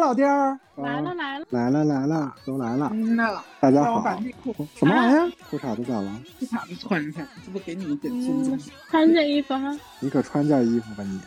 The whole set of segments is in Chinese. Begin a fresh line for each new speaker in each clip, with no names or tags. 老弟儿，
来了来了，
嗯来了来了，都来了，
嗯呐，
大家
让我
好。
把内裤
什么玩意儿？裤衩都咋了？
裤衩子穿上，这不给你一点
嗯
尊重？
穿件衣服哈。
你可穿件衣服吧你。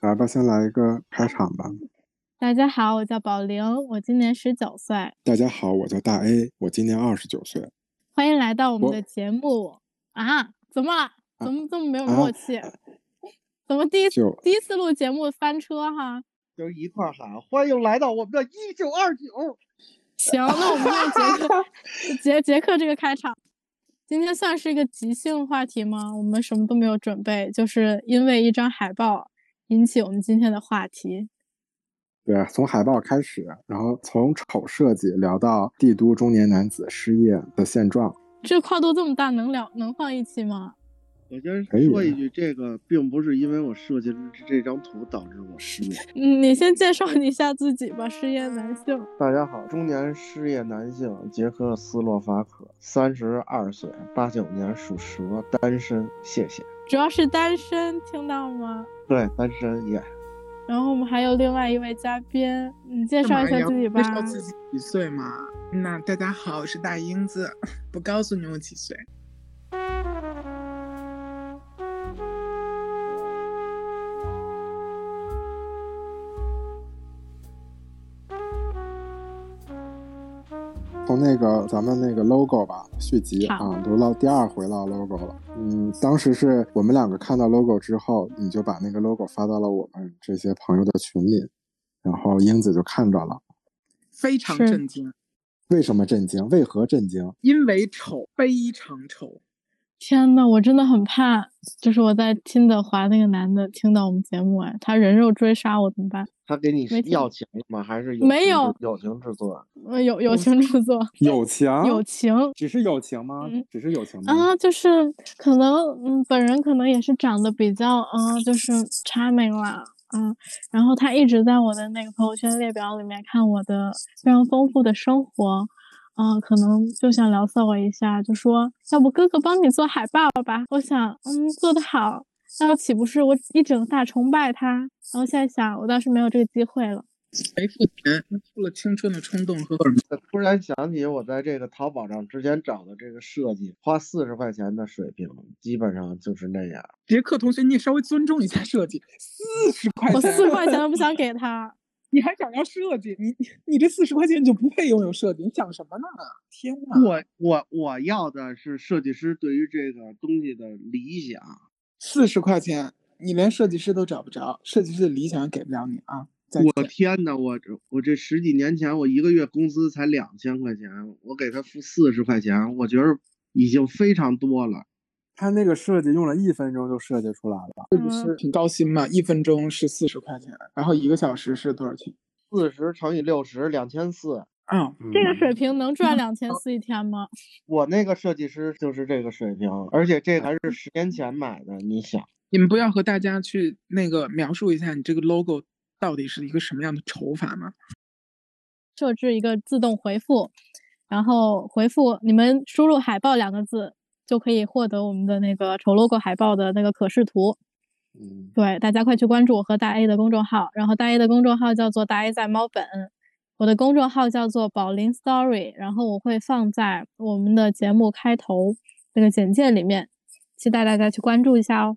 来吧，先来一个开场吧。
大家好，我叫宝玲，我今年十九岁，
大家好，我叫大 A，我今年二十九岁。
欢迎来到我们
我
的节目啊！怎么了？怎么这么没有
啊
默契？怎么第一次
就
第一次录节目翻车哈？
就一块儿喊，欢迎来到我们的一九二九。
行，那我们用杰克 杰杰克这个开场。今天算是一个即兴话题吗？我们什么都没有准备，就是因为一张海报引起我们今天的话题。
对，从海报开始，然后从丑设计聊到帝都中年男子失业的现状。
这跨度这么大，能聊能放一期吗？
我先
可以
说一
啊
句，这个并不是因为我设计了这张图导致我失业。
嗯，你先介绍一下自己吧，失业
啊
男性。
大家好，中年失业男性杰克斯洛伐克，三十二岁，八九年属蛇，单身，谢谢。
主要是单身，听到吗？
对，单身耶。
然后我们还有另外一位嘉宾，你介
干
绍一
嘛
下
呀
自己吧
不。知道自己几岁嘛？那大家好，我是大英子，不告诉你我几岁。
从那个咱们那个 logo 吧，续集
好
啊，都唠第二回唠 logo 了。嗯，当时是我们两个看到 logo 之后，你就把那个 logo 发到了我们这些朋友的群里，然后英子就看到了。
非常
是
震惊，
为什么震惊？为何震惊？
因为丑，非常丑。
天呐，我真的很怕，就是我在听的华那个男的听到我们节目，哎，他人肉追杀我怎么办？
他给你
没听
要钱了吗？还是
没
情
有
制友情制作？
呃，友友
我啊
情制作，
友情？
友情
只是友情吗
嗯？
只是友情吗？
啊，就是可能，嗯，本人可能也是长得比较，嗯，就是差美啦，嗯，然后他一直在我的那个朋友圈列表里面看我的非常丰富的生活，嗯，可能就想聊骚我一下，就说要不哥哥帮你做海报吧，我想，嗯，做得好，那岂不是我一整大崇拜他？然后现在想，我倒是没有这个机会了。
没付钱，付了青春的冲动和荷尔蒙。
呃突然想起我在这个淘宝上之前找的这个设计，花四十块钱的水平，基本上就是那样。
杰克同学，你也稍微尊重一下设计，四十块
我
钱，
四十块钱都不想给他。
你还想要设计？你你你这四十块钱你就不配拥有设计，你想什么呢？天哪！
我我我要的是设计师对于这个东西的理想。
四十块钱，你连设计师都找不着，设计师的理想也给不了你啊！再
我
见
天呐，我这我这十几年前，我一个月工资才两千块钱，我给他付四十块钱，我觉得已经非常多了。
他那个设计用了一分钟就设计出来了。
嗯
是不是挺高薪嘛？一分钟是四十块钱，然后一个小时是多少钱？
四十乘以六十，两千四。
啊、
这个水平能
嗯
赚两千四一天吗？
我那个设计师就是这个水平，而且这个还是十年前买的。你想，
你们不要和大家去那个描述一下你这个 logo 到底是一个什么样的丑法吗？
设置一个自动回复，然后回复你们输入“海报”两个字，就可以获得我们的那个丑 logo 海报的那个可视图。
嗯，
对，大家快去关注我和大 A 的公众号，然后大 A 的公众号叫做大 A 在猫本，我的公众号叫做宝林 Story，然后我会放在我们的节目开头那个简介里面，期待大家去关注一下哦。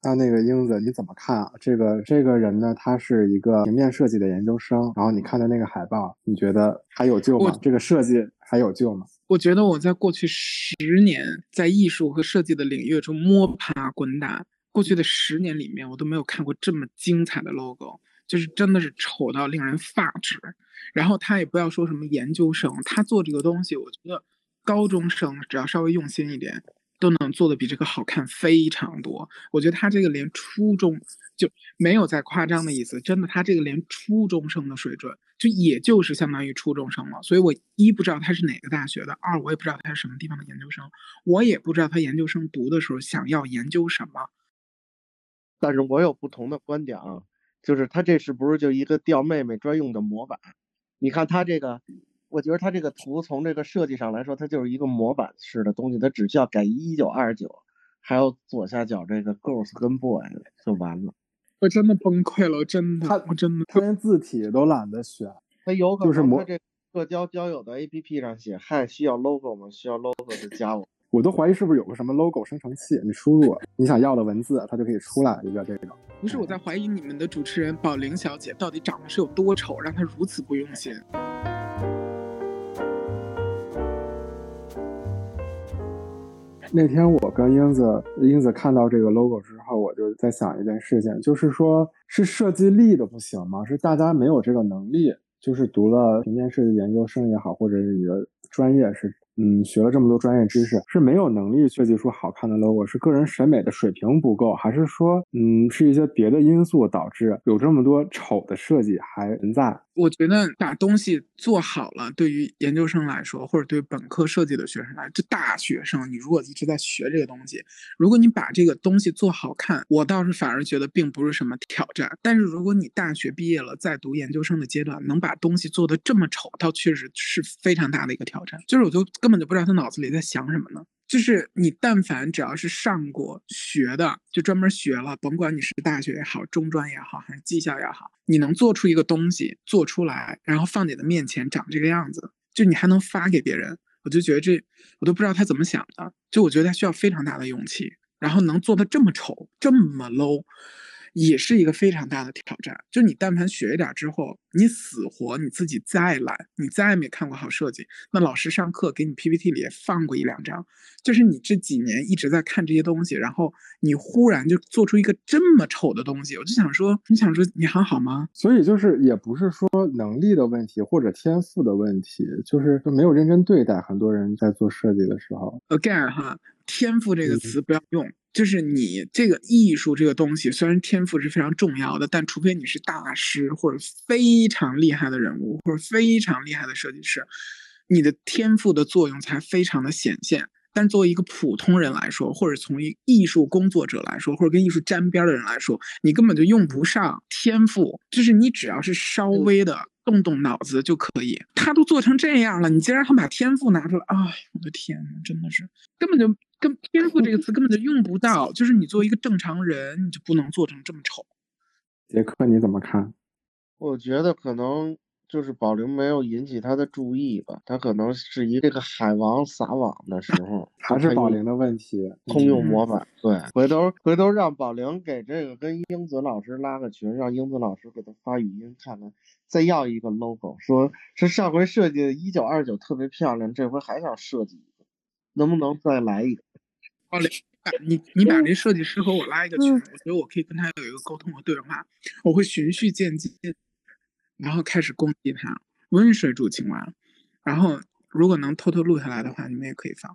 那那个英子你怎么看啊这个这个人呢？他是一个平面设计的研究生，然后你看他那个海报，你觉得还有救吗
我？
这个设计还有救吗？
我觉得我在过去十年在艺术和设计的领域中摸爬滚打，过去的十年里面，我都没有看过这么精彩的 logo，就是真的是丑到令人发指。然后他也不要说什么研究生，他做这个东西，我觉得高中生只要稍微用心一点，都能做的比这个好看非常多。我觉得他这个连初中就没有再夸张的意思，真的，他这个连初中生的水准，就也就是相当于初中生了。所以我一不知道他是哪个大学的，二我也不知道他是什么地方的研究生，我也不知道他研究生读的时候想要研究什么。
但是我有不同的观点啊，就是他这是不是就一个钓妹妹专用的模板？你看他这个，我觉得他这个图从这个设计上来说，它就是一个模板式的东西，它只需要改一九二九，还有左下角这个 girls 跟 boy 就完了。
我真的崩溃了，我真
他
的，我真的，
他连字体都懒得选，
它有可
就是
能
模
它这社交交友的 APP 上写“嗨，需要 logo 吗？需要 logo 就加我
我都怀疑是不是有个什么 logo 生成器，你输入你想要的文字，它就可以出来一个这个。
不是我在怀疑你们的主持人宝玲小姐到底长得是有多丑，让她如此不用心。
那天我跟英子，英子看到这个 logo 之后，我就在想一件事情，就是说，是设计力的不行吗？是大家没有这个能力，就是读了平面设计研究生也好，或者是你的专业是，嗯，学了这么多专业知识，是没有能力设计出好看的 logo，是个人审美的水平不够，还是说，嗯，是一些别的因素导致有这么多丑的设计还存在？
我觉得把东西做好了，对于研究生来说，或者对本科设计的学生来，这大学生，你如果一直在学这个东西，如果你把这个东西做好看，我倒是反而觉得并不是什么挑战。但是如果你大学毕业了，在读研究生的阶段，能把东西做得这么丑，倒确实是非常大的一个挑战。就是我就根本就不知道他脑子里在想什么呢。就是你但凡只要是上过学的，就专门学了，甭管你是大学也好，中专也好，还是技校也好，你能做出一个东西做出来，然后放你的面前长这个样子，就你还能发给别人，我就觉得这我都不知道他怎么想的，就我觉得他需要非常大的勇气，然后能做的这么丑，这么 low。也是一个非常大的挑战，就你但凡学一点儿之后，你死活你自己再懒，你再没看过好设计，那老师上课给你 PPT 里也放过一两张，就是你这几年一直在看这些东西，然后你忽然就做出一个这么丑的东西，我就想说，你想说你还好吗？
所以就是也不是说能力的问题或者天赋的问题，就是没有认真对待很多人在做设计的时候。
again 哈，天赋这个
嗯
词不要用。就是你这个艺术这个东西，虽然天赋是非常重要的，但除非你是大师或者非常厉害的人物，或者非常厉害的设计师，你的天赋的作用才非常的显现。但作为一个普通人来说，或者从一艺术工作者来说，或者跟艺术沾边儿的人来说，你根本就用不上天赋。就是你只要是稍
嗯
微的动动脑子就可以。他都做成这样了，你竟然还把天赋拿出来，哎，我的天呐，真的是。根本就跟“天赋”这个词根本就用不到，就是你作为一个正常人，你就不能做成这么丑。
杰克你怎么看？”。
我觉得可能就是保龄没有引起他的注意吧，他可能是一这个海王撒网的时候，
还
就是他
宝
用
玲的问题，
通用
嗯
模板。对，回头回头让宝玲给这个跟英子老师拉个群，让英子老师给他发语音看看，再要一个 logo，说是上回设计的一九二九特别漂亮，这回还想设计一个，能不能再来一个？
哦，两啊你你把这设计师和我拉一个群，我觉得我可以跟他有一个沟通和对话，我会循序渐进，然后开始攻击他，温水煮青蛙。然后如果能偷偷录下来的话，你们也可以放。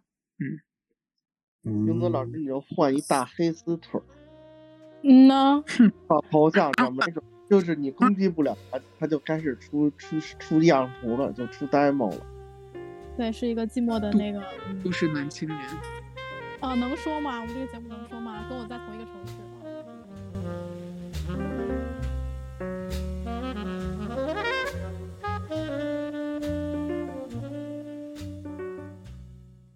英子老
嗯
师，，你就换一大黑丝腿儿
嗯呢，
放头像上，没准就是你攻击不了他，他就开始出出出样图了，就出 demo 了。
对，是一个寂寞的那个，
都市男青年，
啊，能说吗？我们这个节目能说吗？跟我在同一个城市。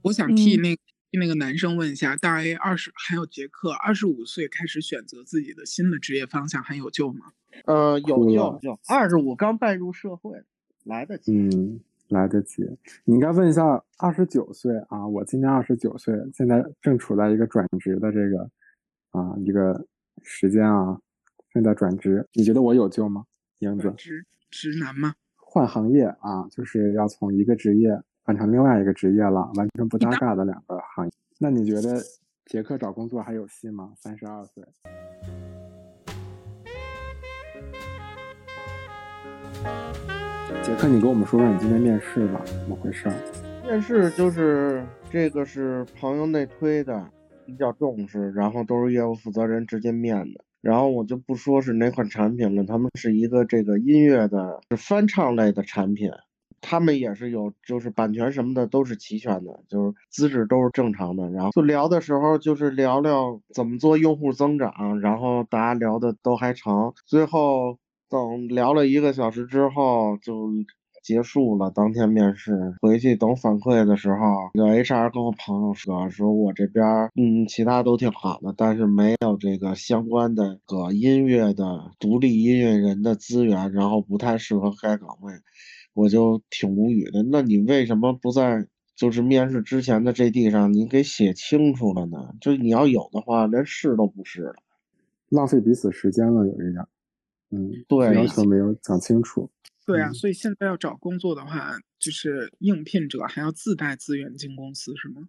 我想替
嗯
那替那个男生问一下，大 A 二十还有杰克二十五岁开始选择自己的新的职业方向，还有救吗？
呃，有
哭
救
了
有，二十五刚迈入社会，来得及。
嗯，来得及。你应该问一下，二十九岁啊，我今年二十九岁，现在正处在一个转职的这个啊一个时间啊，正在转职。你觉得我有救吗？英子，
直直男吗？
换行业啊，就是要从一个职业换成另外一个职业了，完全不搭嘎的两个行业。那你觉得杰克找工作还有戏吗？三十二岁，杰克，你跟我们说说你今天面试吧，怎么回事儿？
面试就是这个是朋友内推的，比较重视，然后都是业务负责人直接面的。然后我就不说是哪款产品了，他们是一个这个音乐的是翻唱类的产品，他们也是有就是版权什么的都是齐全的，就是资质都是正常的。然后就聊的时候就是聊聊怎么做用户增长，然后大家聊的都还成，最后等聊了一个小时之后就结束了，当天面试回去等反馈的时候，那个 HR 跟我朋友说，说我这边儿嗯其他都挺好的，但是没有这个相关的个音乐的独立音乐人的资源，然后不太适合该岗位，我就挺无语的。那你为什么不在就是面试之前的 JD 上你给写清楚了呢？就你要有的话，连试都不试了。
浪费彼此时间了，有一点儿。嗯，
对
要求没有讲清楚。
对啊，
嗯
所以现在要找工作的话，就是应聘者还要自带资源进公司，是吗？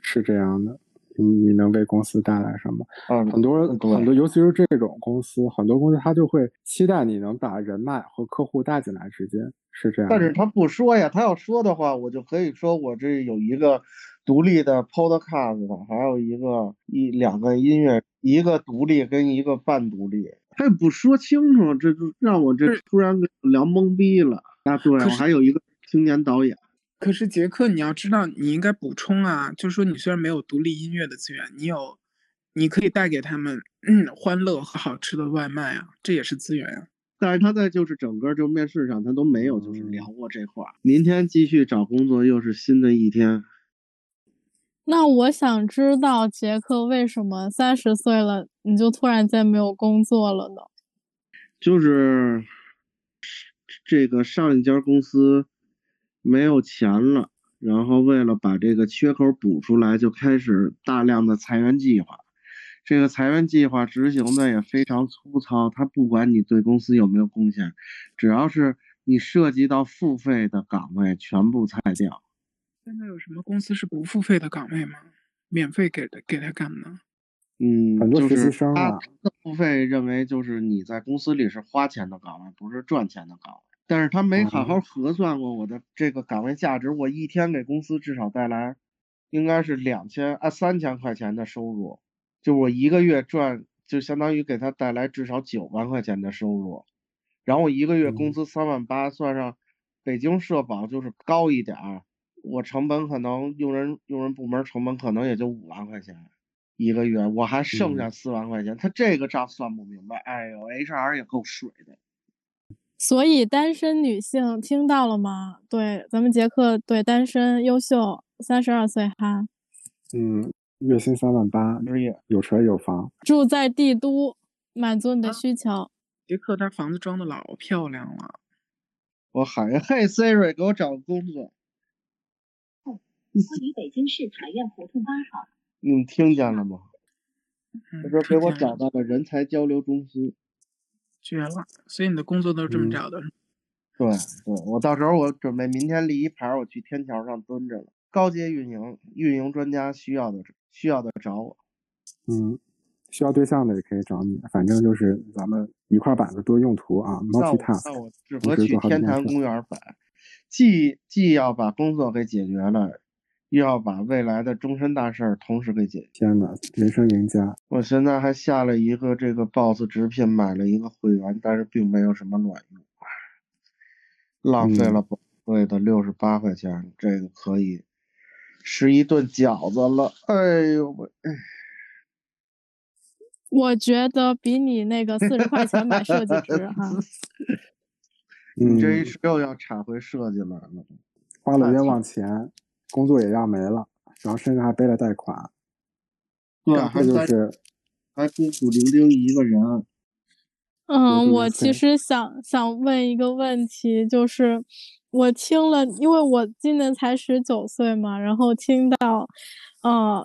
是这样的，你你能为公司带来什么？
嗯，
很多人
嗯对
很多，尤其是这种公司，很多公司他就会期待你能把人脉和客户带进来，直接是这样的。
但是他不说呀，他要说的话，我就可以说我这有一个独立的 podcast，还有一个一两个音乐，一个独立跟一个半独立。他也不说清楚，这就让我这突然给聊懵逼了。啊，对，我还有一个青年导演，
可是杰克，你要知道，你应该补充啊，就是说你虽然没有独立音乐的资源，你有，你可以带给他们、嗯、欢乐和好吃的外卖啊，这也是资源啊。
但是他在就是整个就面试上他都没有就是聊过这块儿。明天继续找工作，又是新的一天。
那我想知道杰克为什么三十岁了你就突然间没有工作了呢？
就是这个上一家公司没有钱了，然后为了把这个缺口补出来，就开始大量的裁员计划。这个裁员计划执行的也非常粗糙，它不管你对公司有没有贡献，只要是你涉及到付费的岗位，全部裁掉。
现在有什么公司是不付费的岗位吗？免费给的给他干呢？
嗯，
很多
就
实习
是
生
他
啊
他的付费认为就是你在公司里是花钱的岗位，不是赚钱的岗位。但是他没好
啊
好核算过我的这个岗位价值，我一天给公司至少带来应该是两千啊三千块钱的收入，就我一个月赚就相当于给他带来至少九万块钱的收入，然后我一个月工
嗯
资三万八，算上北京社保就是高一点儿，我成本可能用人用人部门成本可能也就五万块钱。一个月，我还剩
嗯
下四万块钱，他这个账算不明白。哎呦，HR 也够水的。
所以单身女性听到了吗？对，咱们杰克对单身优秀，三十二岁哈，
嗯，月薪三万八，
职业
有车有房，
住在帝都，满足你的需求。
杰克他房子装的老漂亮了，
我喊一嘿 Siri 给我找个工作，
位于北京市财院胡同八号。
你们听见了吗？
嗯
他说给
看
我
见
找
了
到了人才交流中心。
绝了。所以你的工作都是这么
嗯
找的，
对对，我到时候我准备明天立一牌儿，我去天桥上蹲着了。高阶运营，运营专家需要的需要的找我。
嗯，需要对象的也可以找你，反正就是咱们一块板子多用途啊
那我那
，multitask。
我适
同
合
时
去
做好几
天
件
坛
事
公园摆，既既要把工作给解决了，又要把未来的终身大事儿同时给解决。
天哪，人生赢家！
我现在还下了一个这个 Boss 直聘，买了一个会员，但是并没有什么卵用，浪费
嗯
了宝贵的六十八块钱，这个可以吃一顿饺子了。哎 呦喂，，
我觉得比你那个四十块钱买设计值哈
你
嗯，
这一又要插回设计来了。
花了
太
冤
惨
枉钱，工作也要没了，然后身上还背了贷款，
对，啊
搞
还
这就
在
是
还孤苦伶仃一个人。啊
有
嗯，
点
我其
黑
实想想问一个问题，就是我听了，因为我今年才十九岁嘛，然后听到，呃，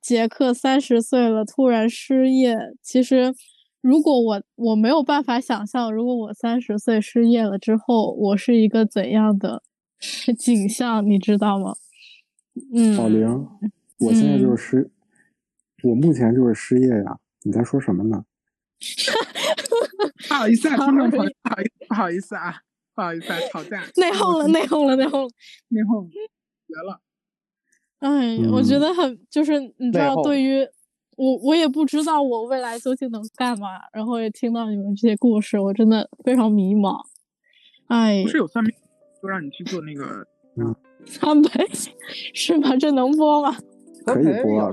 杰克三十岁了，突然失业。其实，如果我我没有办法想象，如果我三十岁失业了之后，我是一个怎样的 景象，你知道吗？嗯，
小玲，我现在就是
嗯
失，我目前就是失业呀、你在说什么呢？
不好意思啊，听众朋友
Sorry，
不好意思，不好意思啊，不好意思啊，吵架， 嗯
内讧了，内讧了，内讧了。
内讧，绝了。
哎，我觉
嗯
得很，就是你知
内
道，
讧
对
了
于我，我也不知道我未来究竟能干嘛。然后也听到你们这些故事，我真的非常迷茫。哎
不，是有算命，就让你去做那个，
三杯 是吗？这能播吗？
可以播啊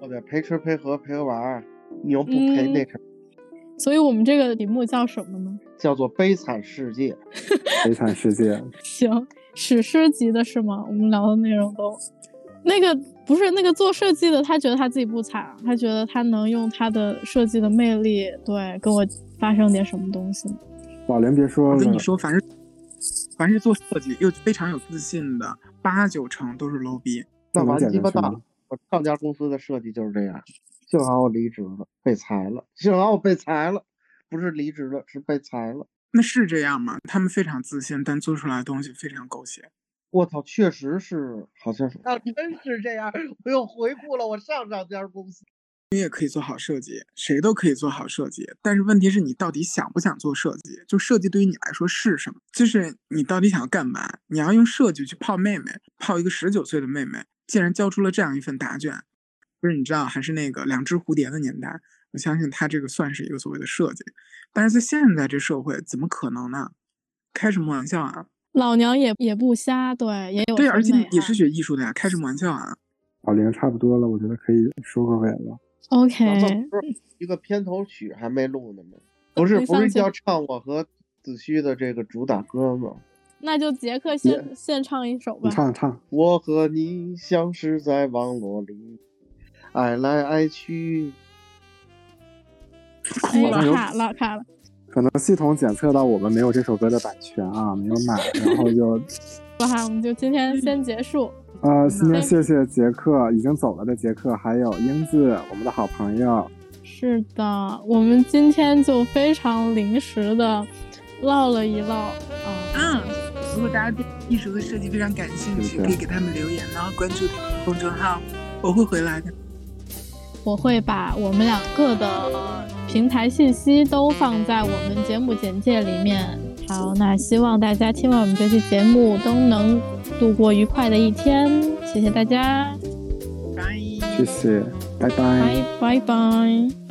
我得陪吃陪喝陪玩儿，你又不陪那
嗯
什么，
所以我们这个题目叫什么呢？
叫做《悲惨世界》。
悲惨世界，
行，史诗级的是吗？我们聊的内容都，那个不是那个做设计的，他觉得他自己不惨啊，他觉得他能用他的设计的魅力，对，跟我发生点什么东西。
宝莲别说
我
了，
跟你说，凡是凡是做设计又非常有自信的，八九成都是 low 逼。
那
能
完
简
鸡巴
单说
蛋
吗
了！我上家公司的设计就是这样。幸好我离职了，被裁了。幸好我被裁了，不是离职了，是被裁了。
那是这样吗？他们非常自信，但做出来的东西非常狗血。
我操，确实是，好像是，啊，真是这样。我又回顾了我上上家公司，
你也可以做好设计，谁都可以做好设计，但是问题是你到底想不想做设计？就设计对于你来说是什么？就是你到底想要干嘛？你要用设计去泡妹妹，泡一个十九岁的妹妹，竟然交出了这样一份答卷，就是你知道还是那个两只蝴蝶的年代，我相信他这个算是一个所谓的设计，但是在现在这社会怎么可能呢？开什么玩笑啊！
老娘也也不瞎，对，也有
对，而
审
且
美啊
也
哈
是学艺术的呀，开什么玩笑啊！
宝莲差不多了，我觉得可以收个尾了。
咱们
OK，
不是一个片头曲还没录呢 吗？不是，
没
不是
放弃
要唱我和子虚的这个主打歌吗？
那就杰克现现唱一首
你
吧。
唱唱，
我和你相识在网络里，爱来爱去。
哭
哎，
了，
卡了卡了，
可能系统检测到我们没有这首歌的版权啊，没有买，然后就
不哈，我们就今天先结束。
呃，今天
那
谢谢杰克，已经走了的杰克，还有英子，我们的好朋友。
是的，我们今天就非常临时的唠了一唠啊。
嗯，如果大家对艺术和设计非常感兴趣，
对的
可以给他们留言，然后关注公众号，我会回来的。
我会把我们两个的呃平台信息都放在我们节目简介里面。好，那希望大家听完我们这期节目都能度过愉快的一天，谢谢大家，
拜。
谢谢，拜拜
拜拜拜。